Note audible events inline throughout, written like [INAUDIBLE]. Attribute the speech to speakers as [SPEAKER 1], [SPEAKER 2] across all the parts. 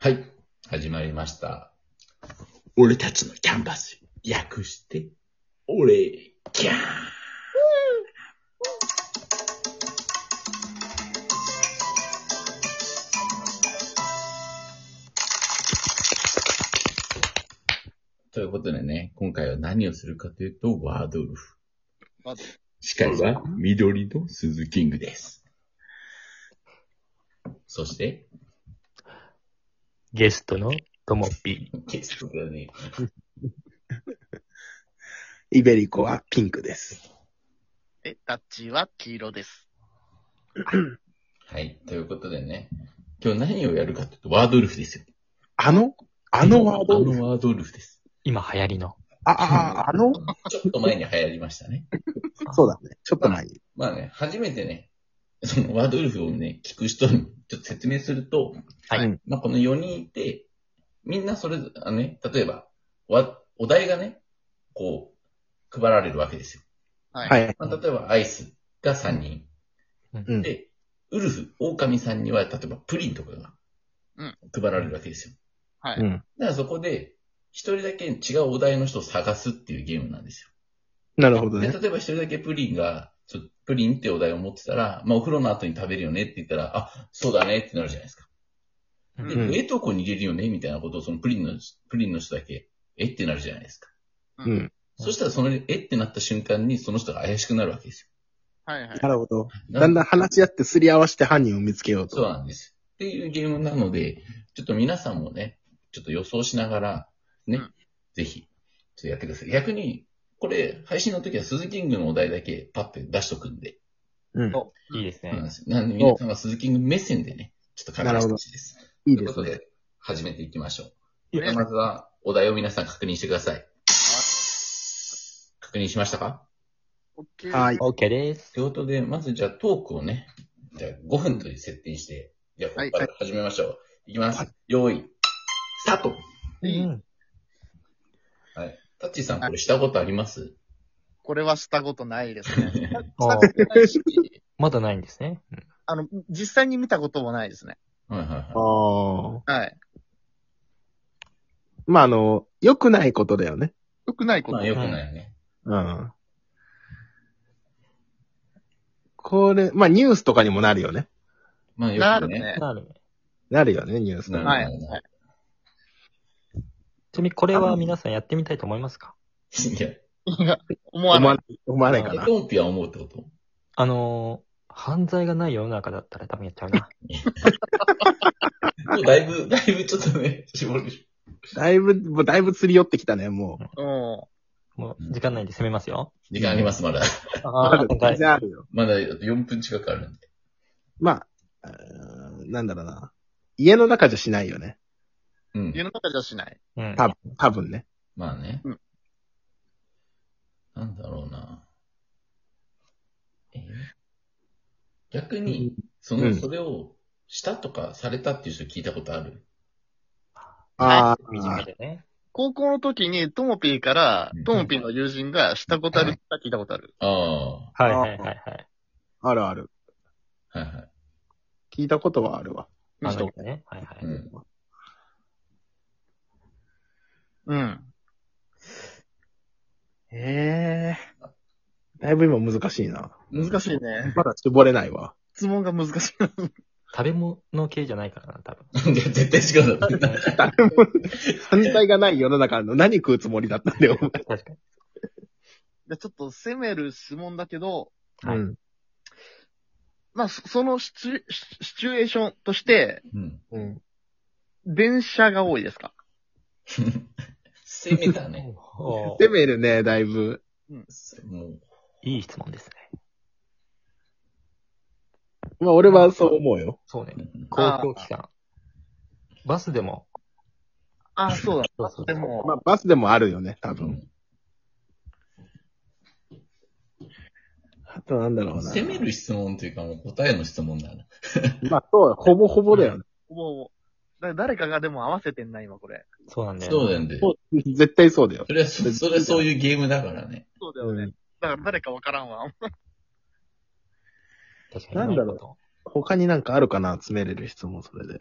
[SPEAKER 1] はい。始まりました。
[SPEAKER 2] 俺たちのキャンバス。
[SPEAKER 1] 訳して。
[SPEAKER 2] 俺、キャー
[SPEAKER 1] ということでね、今回は何をするかというと、ワードルフ。
[SPEAKER 3] ワードル
[SPEAKER 1] 司会は緑の鈴キングです。そして、
[SPEAKER 4] ゲストのともぴ
[SPEAKER 1] ゲストがね、
[SPEAKER 2] イベリコはピンクです。
[SPEAKER 3] え、タッチは黄色です。
[SPEAKER 1] はい。ということでね、今日何をやるかというと、ワードルフですよ。
[SPEAKER 2] あのあのワード
[SPEAKER 1] あのワードルフです。
[SPEAKER 4] 今流行りの。
[SPEAKER 2] あ、あ、あの
[SPEAKER 1] ちょっと前に流行りましたね。
[SPEAKER 2] そうだね。ちょっと前に。
[SPEAKER 1] まあね、初めてね、そのワードウルフをね、聞く人にちょっと説明すると、
[SPEAKER 4] はい
[SPEAKER 1] まあこの4人いて、みんなそれぞれ、あのね、例えば、わお題がね、こう、配られるわけですよ。
[SPEAKER 3] はい。
[SPEAKER 2] はい。
[SPEAKER 1] まあ、例えば、アイスが3人。
[SPEAKER 2] うん
[SPEAKER 1] で、ウルフ、狼さんには、例えばプリンとかが
[SPEAKER 3] うん、
[SPEAKER 1] 配られるわけですよ。
[SPEAKER 3] はい
[SPEAKER 2] うん。
[SPEAKER 1] だからそこで、一人だけ違うお題の人を探すっていうゲームなんですよ。
[SPEAKER 2] なるほど
[SPEAKER 1] で、
[SPEAKER 2] ね。
[SPEAKER 1] 例えば一人だけプリンが、ちょっとプリンってお題を持ってたら、まあお風呂の後に食べるよねって言ったら、あ、そうだねってなるじゃないですか。
[SPEAKER 4] う
[SPEAKER 1] で、
[SPEAKER 2] ん
[SPEAKER 1] 冷凍庫に入れるよねみたいなことをそのプリンの、プリンの人だけ、えってなるじゃないですか。
[SPEAKER 2] うん。
[SPEAKER 1] そしたらその、えってなった瞬間にその人が怪しくなるわけです
[SPEAKER 3] はいはい。
[SPEAKER 2] なるほど。
[SPEAKER 1] よ。
[SPEAKER 2] だんだん話し合ってすり合わせて犯人を見つけよう
[SPEAKER 1] そう
[SPEAKER 2] と。
[SPEAKER 1] なんです。っていうゲームなので、ちょっと皆さんもね、ちょっと予想しながら、ね、
[SPEAKER 3] うん
[SPEAKER 1] ぜひ、ちょっとやってください。逆に、これ、配信の時は鈴キングのお題だけパッて出しとくんで、
[SPEAKER 2] うん。
[SPEAKER 4] いいです
[SPEAKER 1] そうなん
[SPEAKER 4] ね。
[SPEAKER 1] ですよ。なんで皆さんが鈴木目線でね、ちょっと考えてほしいです。
[SPEAKER 2] いい
[SPEAKER 1] とい
[SPEAKER 2] で
[SPEAKER 1] うこと
[SPEAKER 2] すね。
[SPEAKER 1] で、始めていきましょう。
[SPEAKER 3] い
[SPEAKER 1] ではまずは、お題を皆さん確認してください。確認しましたか
[SPEAKER 3] オッケー。
[SPEAKER 2] はい。
[SPEAKER 4] OK です。
[SPEAKER 1] ということで、まずじゃあトークをね、じゃあ5分という設定にして、じゃあここから始めましょう。いきます。用意、スタート
[SPEAKER 4] うん。
[SPEAKER 1] はい。タッチーさん、これしたことあります
[SPEAKER 3] これはしたことないですね。
[SPEAKER 4] あ
[SPEAKER 3] したことないし
[SPEAKER 4] まだないんですね。うん
[SPEAKER 3] あの、実際に見たこともないですね。
[SPEAKER 1] はいはいはい
[SPEAKER 2] あ。ー。
[SPEAKER 3] はい。
[SPEAKER 2] まあ、あの、良くないことだよね。
[SPEAKER 3] よくないこ
[SPEAKER 1] ま
[SPEAKER 3] と。
[SPEAKER 1] あよくないよね。
[SPEAKER 2] うん。これ、まあ、ニュースとかにもなるよね。
[SPEAKER 1] まあ
[SPEAKER 3] な
[SPEAKER 1] よく
[SPEAKER 3] る
[SPEAKER 1] ね。
[SPEAKER 3] ね。
[SPEAKER 4] なるね
[SPEAKER 2] なるよね、ニュースと
[SPEAKER 1] な
[SPEAKER 2] か
[SPEAKER 1] る
[SPEAKER 2] に。
[SPEAKER 1] なるな
[SPEAKER 3] はい
[SPEAKER 1] る
[SPEAKER 4] ちなみにこれは皆さんやってみたいと思いますか
[SPEAKER 1] いや、
[SPEAKER 3] いや思わ
[SPEAKER 2] 思
[SPEAKER 3] ない。
[SPEAKER 2] わない、思わないか
[SPEAKER 1] え
[SPEAKER 2] な。
[SPEAKER 1] トンピは思うってこと
[SPEAKER 4] あのー、犯罪がない世の中だったら多分やっちゃう [LAUGHS] な。
[SPEAKER 1] もうだいぶ、だいぶちょっとね、絞る。
[SPEAKER 2] だいぶ、もうだいぶ釣り寄ってきたね、も
[SPEAKER 3] う
[SPEAKER 2] う。
[SPEAKER 3] ん。
[SPEAKER 4] もう時間内で攻めますよ。
[SPEAKER 1] 時間あります、まだ。
[SPEAKER 4] ああ、
[SPEAKER 2] 全
[SPEAKER 4] 犯罪。
[SPEAKER 2] 然あるよ。
[SPEAKER 1] まだ4分近くあるんで。
[SPEAKER 2] まあ、うーんなんだろうな。家の中じゃしないよね。
[SPEAKER 1] うん
[SPEAKER 3] 世。の中じゃしない。
[SPEAKER 4] うん。
[SPEAKER 2] 多分、多分ね。
[SPEAKER 1] まあね。
[SPEAKER 3] うん
[SPEAKER 1] なんだろうな。え逆に、そうの、
[SPEAKER 2] ん
[SPEAKER 1] それを、したとかされたっていう人聞いたことある
[SPEAKER 2] あー
[SPEAKER 4] 短いでね。
[SPEAKER 3] 高校の時に、トモピーから
[SPEAKER 1] うん、
[SPEAKER 3] トモピーの友人がしたことあるって聞いたことある。
[SPEAKER 1] あ
[SPEAKER 4] はいはいはいはい。
[SPEAKER 2] あるある。
[SPEAKER 1] あ、はいはい。
[SPEAKER 2] 聞いたことはあるわ。
[SPEAKER 4] あの人ね。はいは
[SPEAKER 1] う
[SPEAKER 4] い。
[SPEAKER 1] ん。
[SPEAKER 3] うん。え
[SPEAKER 2] だいぶ今難しいな。
[SPEAKER 3] えー、難しいね。
[SPEAKER 2] まだ絞れないわ。
[SPEAKER 3] 質問が難しい。
[SPEAKER 4] 食べ物系じゃないからな、多
[SPEAKER 1] [LAUGHS]
[SPEAKER 4] 分。
[SPEAKER 1] いや、絶対違うだろ。
[SPEAKER 2] 反対がない世の中の何食うつもりだったんだよ。
[SPEAKER 4] 確かに。
[SPEAKER 3] じゃあちょっと攻める質問だけど、
[SPEAKER 4] はい
[SPEAKER 2] うん。
[SPEAKER 3] まあ、そそのシチュシシチュエーションとして、
[SPEAKER 1] うん。 [LAUGHS]
[SPEAKER 2] うん。
[SPEAKER 3] 電車が多いですか
[SPEAKER 1] 攻めたね。
[SPEAKER 4] おー
[SPEAKER 2] 攻めるね、だいぶ。
[SPEAKER 1] もう、
[SPEAKER 4] いい質問ですね。
[SPEAKER 2] まあ俺はそう思うよ。
[SPEAKER 4] そうね
[SPEAKER 1] う。ん
[SPEAKER 4] 公共機関。バスでも。
[SPEAKER 3] あ、そう
[SPEAKER 4] そう
[SPEAKER 3] だ
[SPEAKER 4] そう。
[SPEAKER 3] でも、
[SPEAKER 2] まあバスでもあるよね、多分。あとなんだろうな。
[SPEAKER 1] 攻める質問というか、もう答えの質問だな。
[SPEAKER 2] まあそう、ほぼほぼだよね。
[SPEAKER 3] もう、だ誰かがでも合わせてんな、今これ。
[SPEAKER 4] そうなんだよね。
[SPEAKER 1] そうなんで。
[SPEAKER 2] そう絶対そうだよ。
[SPEAKER 1] それはそ、それはそういうゲームだからね。
[SPEAKER 3] そうだよね。
[SPEAKER 2] うん
[SPEAKER 3] だから誰かわからんわ。
[SPEAKER 4] 確かに。
[SPEAKER 2] なんだろう他になんかあるかな詰めれる質問、それで。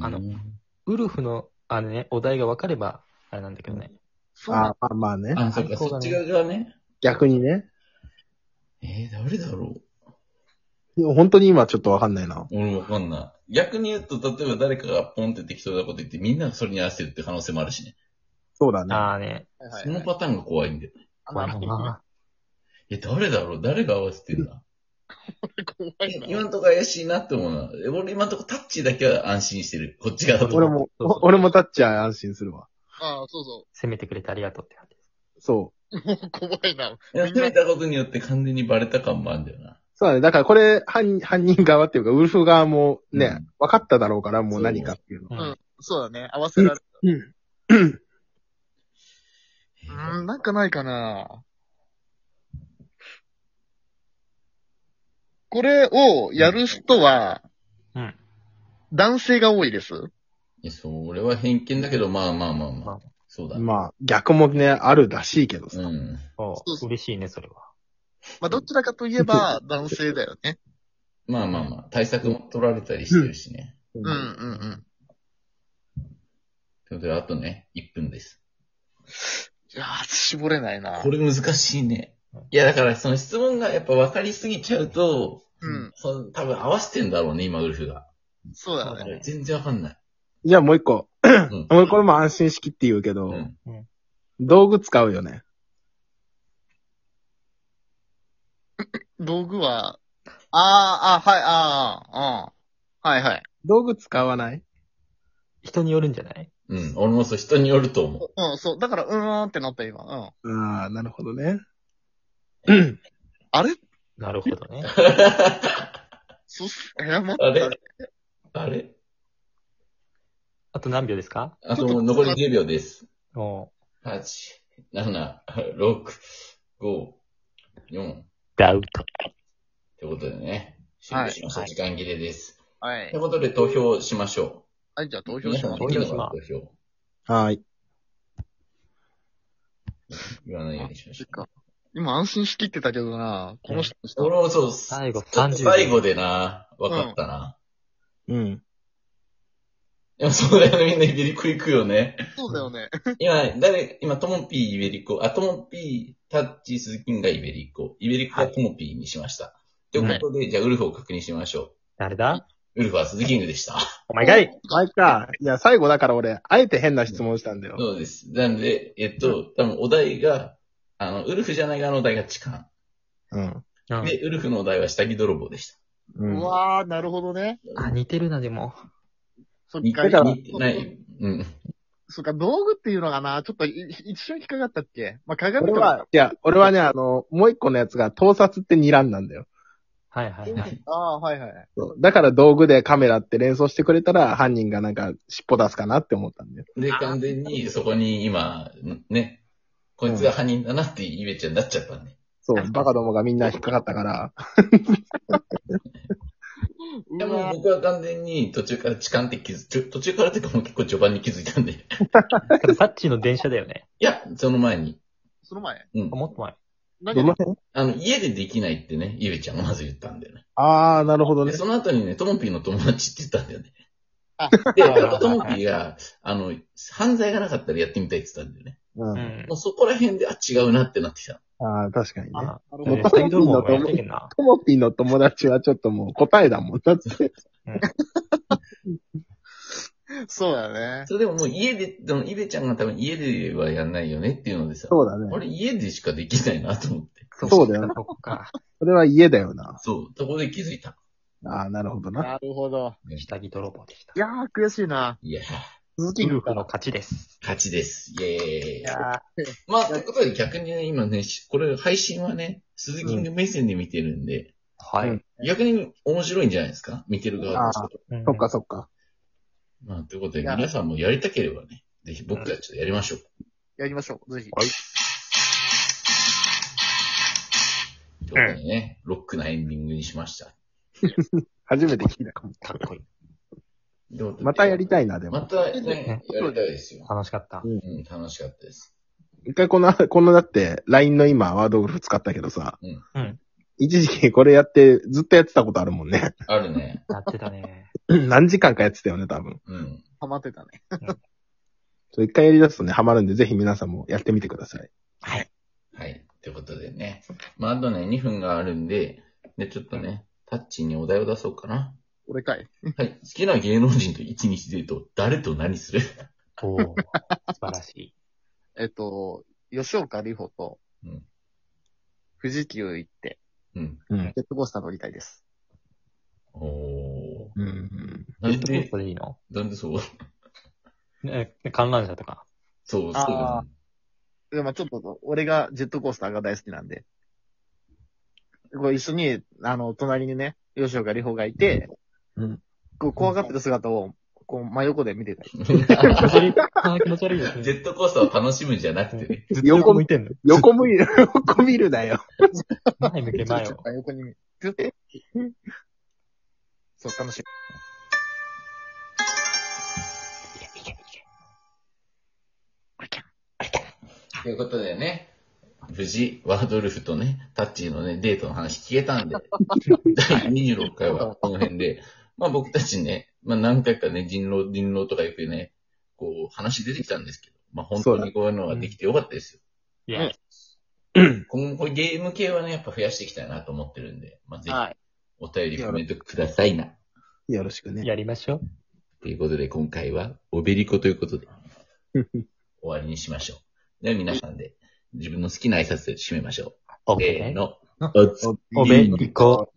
[SPEAKER 4] あのウルフの、あのね、お題が分かれば、あれなんだけどね。
[SPEAKER 3] そう
[SPEAKER 2] あ
[SPEAKER 3] な
[SPEAKER 2] あ、まあまあね。
[SPEAKER 1] あ、そっか、そっち側がね。
[SPEAKER 2] 逆にね。
[SPEAKER 1] えー、誰だろう
[SPEAKER 2] でも本当に今ちょっとわかんないな。
[SPEAKER 1] 俺もわかんない。逆に言うと、例えば誰かがポンって適当なこと言って、みんながそれに合わせるって可能性もあるしね。
[SPEAKER 2] そうだね。
[SPEAKER 4] ああね、
[SPEAKER 3] んはい
[SPEAKER 1] そ
[SPEAKER 3] は
[SPEAKER 1] の
[SPEAKER 3] い
[SPEAKER 1] パターンが怖いんだよね。
[SPEAKER 3] あ
[SPEAKER 4] 怖いもんな。
[SPEAKER 1] え、誰だろう誰が合わせてんだ
[SPEAKER 3] 怖いな
[SPEAKER 1] 今んとこ怪しいなって思うな。え俺今んとこタッチだけは安心してる。こっち側だと。
[SPEAKER 2] 俺も、
[SPEAKER 4] そうそう
[SPEAKER 2] お俺もタッチは安心するわ。
[SPEAKER 3] ああ、そうそ
[SPEAKER 4] 攻めてくれてありがとうって感じ。
[SPEAKER 2] そう。
[SPEAKER 3] う。もう [LAUGHS] 怖いな。
[SPEAKER 1] いや、攻めたことによって完全にバレた感もあるんだよな。
[SPEAKER 2] そうだね。だからこれ、犯犯人 [LAUGHS] 側っていうか、ウルフ側もね、
[SPEAKER 1] うん
[SPEAKER 2] 分かっただろうから、もう何かっていうの。
[SPEAKER 4] うん
[SPEAKER 3] うんそうだね。合わせられる。
[SPEAKER 1] え
[SPEAKER 3] う
[SPEAKER 1] ー
[SPEAKER 3] ん、なんかないかな。これをやる人は、
[SPEAKER 4] うん。
[SPEAKER 3] 男性が多いです。
[SPEAKER 1] いや、そう、俺は偏見だけど、まあまあまあま
[SPEAKER 4] ま
[SPEAKER 1] あ
[SPEAKER 4] あ。
[SPEAKER 1] そうだ。
[SPEAKER 2] まあ、逆もね、あるらしいけどさ。
[SPEAKER 1] うん。
[SPEAKER 4] お
[SPEAKER 3] そうそう
[SPEAKER 4] 嬉しいね、それは。
[SPEAKER 3] まあ、どちらかといえば男性だよね。
[SPEAKER 1] まあまあまあ、対策も取られたりしてるしね。
[SPEAKER 3] うんうんうん。
[SPEAKER 1] ということで、あとね、1分です。
[SPEAKER 3] いやー、絞れないな。
[SPEAKER 1] これ難しいね。いや、だからその質問がやっぱ分かりすぎちゃうと、
[SPEAKER 3] うん、
[SPEAKER 1] その多分合わせてんだろうね、今、ウルフが。
[SPEAKER 3] そうだね。
[SPEAKER 4] はい
[SPEAKER 1] 全然分かんない。
[SPEAKER 2] じゃあもう一個。
[SPEAKER 1] うん
[SPEAKER 2] 俺これも安心式って言うけど、
[SPEAKER 1] うん。
[SPEAKER 2] 道具使うよね。
[SPEAKER 3] 道具は、あー、あ、はい、あー、うん。はいはい。
[SPEAKER 2] 道具使わない
[SPEAKER 4] 人によるんじゃない
[SPEAKER 1] うん。俺もそう、人によると
[SPEAKER 3] [LAUGHS]
[SPEAKER 1] 思
[SPEAKER 3] うん、そう。だから、うーんってなった今。うん。
[SPEAKER 2] ああ、なるほどね。
[SPEAKER 3] あれ
[SPEAKER 4] なるほ
[SPEAKER 3] [LAUGHS]
[SPEAKER 4] どね。
[SPEAKER 1] う。あ
[SPEAKER 3] そす、えー、待っ
[SPEAKER 1] れ
[SPEAKER 3] て。
[SPEAKER 1] あれ
[SPEAKER 4] あと何秒ですか
[SPEAKER 1] あともう残り10秒です。
[SPEAKER 4] おう
[SPEAKER 1] 8、7、6、5、4。っ
[SPEAKER 4] ダウト。
[SPEAKER 1] てことでね、終了しました。
[SPEAKER 4] はい
[SPEAKER 1] 時間切れです。
[SPEAKER 3] は
[SPEAKER 1] とい。
[SPEAKER 3] いう
[SPEAKER 1] ことで、投票しましょ
[SPEAKER 3] はい、じゃあ投
[SPEAKER 1] う。
[SPEAKER 3] 票し
[SPEAKER 1] 皆
[SPEAKER 3] ま
[SPEAKER 1] さん。
[SPEAKER 3] す
[SPEAKER 1] できれば投票。
[SPEAKER 2] はい。
[SPEAKER 1] 言わないようにしましょう。
[SPEAKER 3] 今安心しきってたけどな、この人でした。
[SPEAKER 1] 俺もそう、
[SPEAKER 4] 最後
[SPEAKER 1] ちょっと
[SPEAKER 4] 30秒
[SPEAKER 1] 最後でな、分かったな。
[SPEAKER 2] うん。
[SPEAKER 1] いや、そうだよね、みんなイベリコ行くよね。
[SPEAKER 3] そうだよね。
[SPEAKER 1] 今、誰、今、トモピー、イベリコ、あ、トモピー、タッチ、鈴木がイベリコ、イベリコがトモピーにしました。ということで、じゃあ、ウルフを確認しましょ
[SPEAKER 4] 誰だ
[SPEAKER 1] う。ウルフは鈴木ングでした。
[SPEAKER 4] お前がい
[SPEAKER 2] あいか。いや、最後だから俺、あえて変な質問したんだよ。
[SPEAKER 1] そうです。なんで、えっと、多分お題が、あの、ウルフじゃない側のお題が痴漢。
[SPEAKER 2] うん。
[SPEAKER 4] うん
[SPEAKER 1] で、ウルフのお題は下着泥棒でした。
[SPEAKER 2] う。
[SPEAKER 3] うんわー、なるほどね。
[SPEAKER 4] あ、似てるな、でも。
[SPEAKER 3] そっ
[SPEAKER 1] 似
[SPEAKER 3] か、
[SPEAKER 1] て
[SPEAKER 2] だから
[SPEAKER 1] ない。うん。
[SPEAKER 3] そっか、道具っていうのがな、ちょっとい一瞬引っかかったっけまあ、鏡
[SPEAKER 2] 俺
[SPEAKER 3] とか。
[SPEAKER 2] は、いや、俺はね、あの、もう一個のやつが、盗撮って睨んだんだよ。
[SPEAKER 4] はいはいはい。
[SPEAKER 3] ああー、はいはい。
[SPEAKER 2] そうだから道具でカメラって連想してくれたら、犯人がなんか、尻尾出すかなって思ったんだよ。
[SPEAKER 1] で、完全に、そこに今、ね、こいつが犯人だなってイベちゃんになっちゃったね。
[SPEAKER 2] そう、バカどもがみんな引っかかったから。
[SPEAKER 1] いうや、もう
[SPEAKER 3] わー
[SPEAKER 1] 僕は完全に途中から痴漢って気づ、ちょ途中からっていうかもう結構序盤に気づいたんで。い
[SPEAKER 4] だからさっちの電車だよね。
[SPEAKER 1] や、その前に。
[SPEAKER 3] その前。
[SPEAKER 1] うん
[SPEAKER 4] あ。もっと前。
[SPEAKER 3] 何
[SPEAKER 2] どの辺
[SPEAKER 1] あの、家でできないってね、イベちゃんがまず言ったんだよね。
[SPEAKER 2] ああ、なるほどね
[SPEAKER 1] で、。その後にね、トモピーの友達って言ったんだよね。
[SPEAKER 3] あ
[SPEAKER 1] で、トモピーが、あの、犯罪がなかったらやってみたいって言ったんだよね。
[SPEAKER 2] う。
[SPEAKER 4] うんん
[SPEAKER 1] もう。そこら辺で、あ、違うなってなってきた。
[SPEAKER 2] ああ、確かにね。
[SPEAKER 4] あ、
[SPEAKER 3] なる
[SPEAKER 4] う
[SPEAKER 3] ほ
[SPEAKER 4] ん
[SPEAKER 3] ど
[SPEAKER 4] 下着泥棒がやってけんな。
[SPEAKER 2] トモピーの友達はちょっともう答えだもん。だって。
[SPEAKER 3] そうだよね。
[SPEAKER 1] それでももう家で、でもイベちゃんが多分家ではやんないよねっていうのでさ、
[SPEAKER 2] そうだね。
[SPEAKER 1] 俺家でしかできないなと思って。
[SPEAKER 2] そうだよな
[SPEAKER 4] そっか。
[SPEAKER 2] それは家だよな。
[SPEAKER 1] そう、そこで気づいた。
[SPEAKER 2] ああ、なるほどな。
[SPEAKER 3] なるほど。
[SPEAKER 4] 下着泥棒でした
[SPEAKER 3] い。やー、悔しいな。
[SPEAKER 1] いやー、
[SPEAKER 3] 続き
[SPEAKER 4] ウルフの勝ちです。
[SPEAKER 1] 勝ちです。イェーイ。
[SPEAKER 4] や
[SPEAKER 1] まあ、ということで逆にね、今ね、しこれ配信はね、鈴木目線で見てるんで、
[SPEAKER 4] は
[SPEAKER 2] う
[SPEAKER 4] い
[SPEAKER 2] ん。
[SPEAKER 1] 逆に面白いんじゃないですか見てる側として。
[SPEAKER 4] うん
[SPEAKER 2] そっかそっか。
[SPEAKER 1] まあ、ということで
[SPEAKER 3] いや
[SPEAKER 1] 皆さんもやりたければね、ぜひ僕たちとやりましょう。
[SPEAKER 3] やりましょう。ぜひ。
[SPEAKER 1] ということでね、ロックなエンディングにしました。
[SPEAKER 2] 初めて聞いたかも。
[SPEAKER 4] かっこいい。
[SPEAKER 1] ということで
[SPEAKER 2] またやりたいな、で
[SPEAKER 1] ま
[SPEAKER 2] も。
[SPEAKER 1] たね、
[SPEAKER 2] [LAUGHS]
[SPEAKER 1] やりたいですよ。
[SPEAKER 4] 楽しかった。
[SPEAKER 1] うん、楽しかったです。
[SPEAKER 2] 一回この、このだって、LINE の今、ワードウルフ使ったけどさ。
[SPEAKER 1] うん
[SPEAKER 4] うん
[SPEAKER 2] 一時期これやって、ずっとやってたことあるもんね。 [LAUGHS]
[SPEAKER 1] あるね。
[SPEAKER 4] やってたね。
[SPEAKER 2] 何時間かやってたよね、多分。
[SPEAKER 1] うん。
[SPEAKER 3] ハマってたね。
[SPEAKER 2] そう一回やり出すとね、ハマるんで、ぜひ皆さんもやってみてください。
[SPEAKER 1] はい。ということでね。まあ、あとね、2分があるんで、で、ちょっとね、タッチにお題を出そうかな。
[SPEAKER 3] 俺かい。
[SPEAKER 1] はい。好きな芸能人と一日デート、誰と何する
[SPEAKER 4] [LAUGHS] おー、素晴らしい。
[SPEAKER 3] えっと、吉岡里帆と
[SPEAKER 1] うん、
[SPEAKER 3] 富士急行って、
[SPEAKER 1] うん。
[SPEAKER 2] うん。
[SPEAKER 3] ジェットコースター乗りたいです。
[SPEAKER 1] おー。
[SPEAKER 2] うん。
[SPEAKER 4] ジ
[SPEAKER 1] な
[SPEAKER 4] ェ
[SPEAKER 1] ん
[SPEAKER 4] ットコース
[SPEAKER 1] で
[SPEAKER 4] タ、ーでいいの
[SPEAKER 1] なんでそう、
[SPEAKER 4] ね、観覧車とか。
[SPEAKER 1] そう、そうだ
[SPEAKER 3] あーでもちょっと、俺がジェットコースターが大好きなんで。こう一緒に、あの、隣にね、吉岡里帆がいて、
[SPEAKER 2] うん
[SPEAKER 3] こう怖がってる姿を、こう、真横で見てたり。
[SPEAKER 4] 気持ち悪い。あー [LAUGHS] 気持ち悪いです
[SPEAKER 1] ね。
[SPEAKER 4] ね。
[SPEAKER 1] [LAUGHS] ジェットコースターを楽しむんじゃなくてね。
[SPEAKER 4] ずっと横向いてんの。
[SPEAKER 2] 横見 [LAUGHS] る、横見るなよ。
[SPEAKER 4] 前向け前
[SPEAKER 3] ちょ
[SPEAKER 4] を
[SPEAKER 3] っと。横に見ずっと [LAUGHS] そう、楽しい。
[SPEAKER 1] ということでね、無事、ワードルフとね、タッチーのね、デートの話聞けたん [LAUGHS] で、第26回はこの辺で、まあ僕たちね、まあ何回かね、人狼、人狼とかよくね、こう、話出てきたんですけど、まあ本当にこういうのができてよかったですよ。
[SPEAKER 4] [LAUGHS] いや、
[SPEAKER 1] 今後ゲーム系はね、やっぱ増やしていきたいなと思ってるんで、まあぜひ、
[SPEAKER 3] はい。
[SPEAKER 1] お便りコメントくださいな。
[SPEAKER 2] よろしくね。
[SPEAKER 4] やりましょう。
[SPEAKER 1] ということで今回は、おべりこという [LAUGHS] ことで、終わりにしましょう。では皆さんで、自分の好きな挨拶で締めましょう。せー
[SPEAKER 4] OK。
[SPEAKER 1] の。
[SPEAKER 4] あ
[SPEAKER 1] おつ
[SPEAKER 4] おべりこ。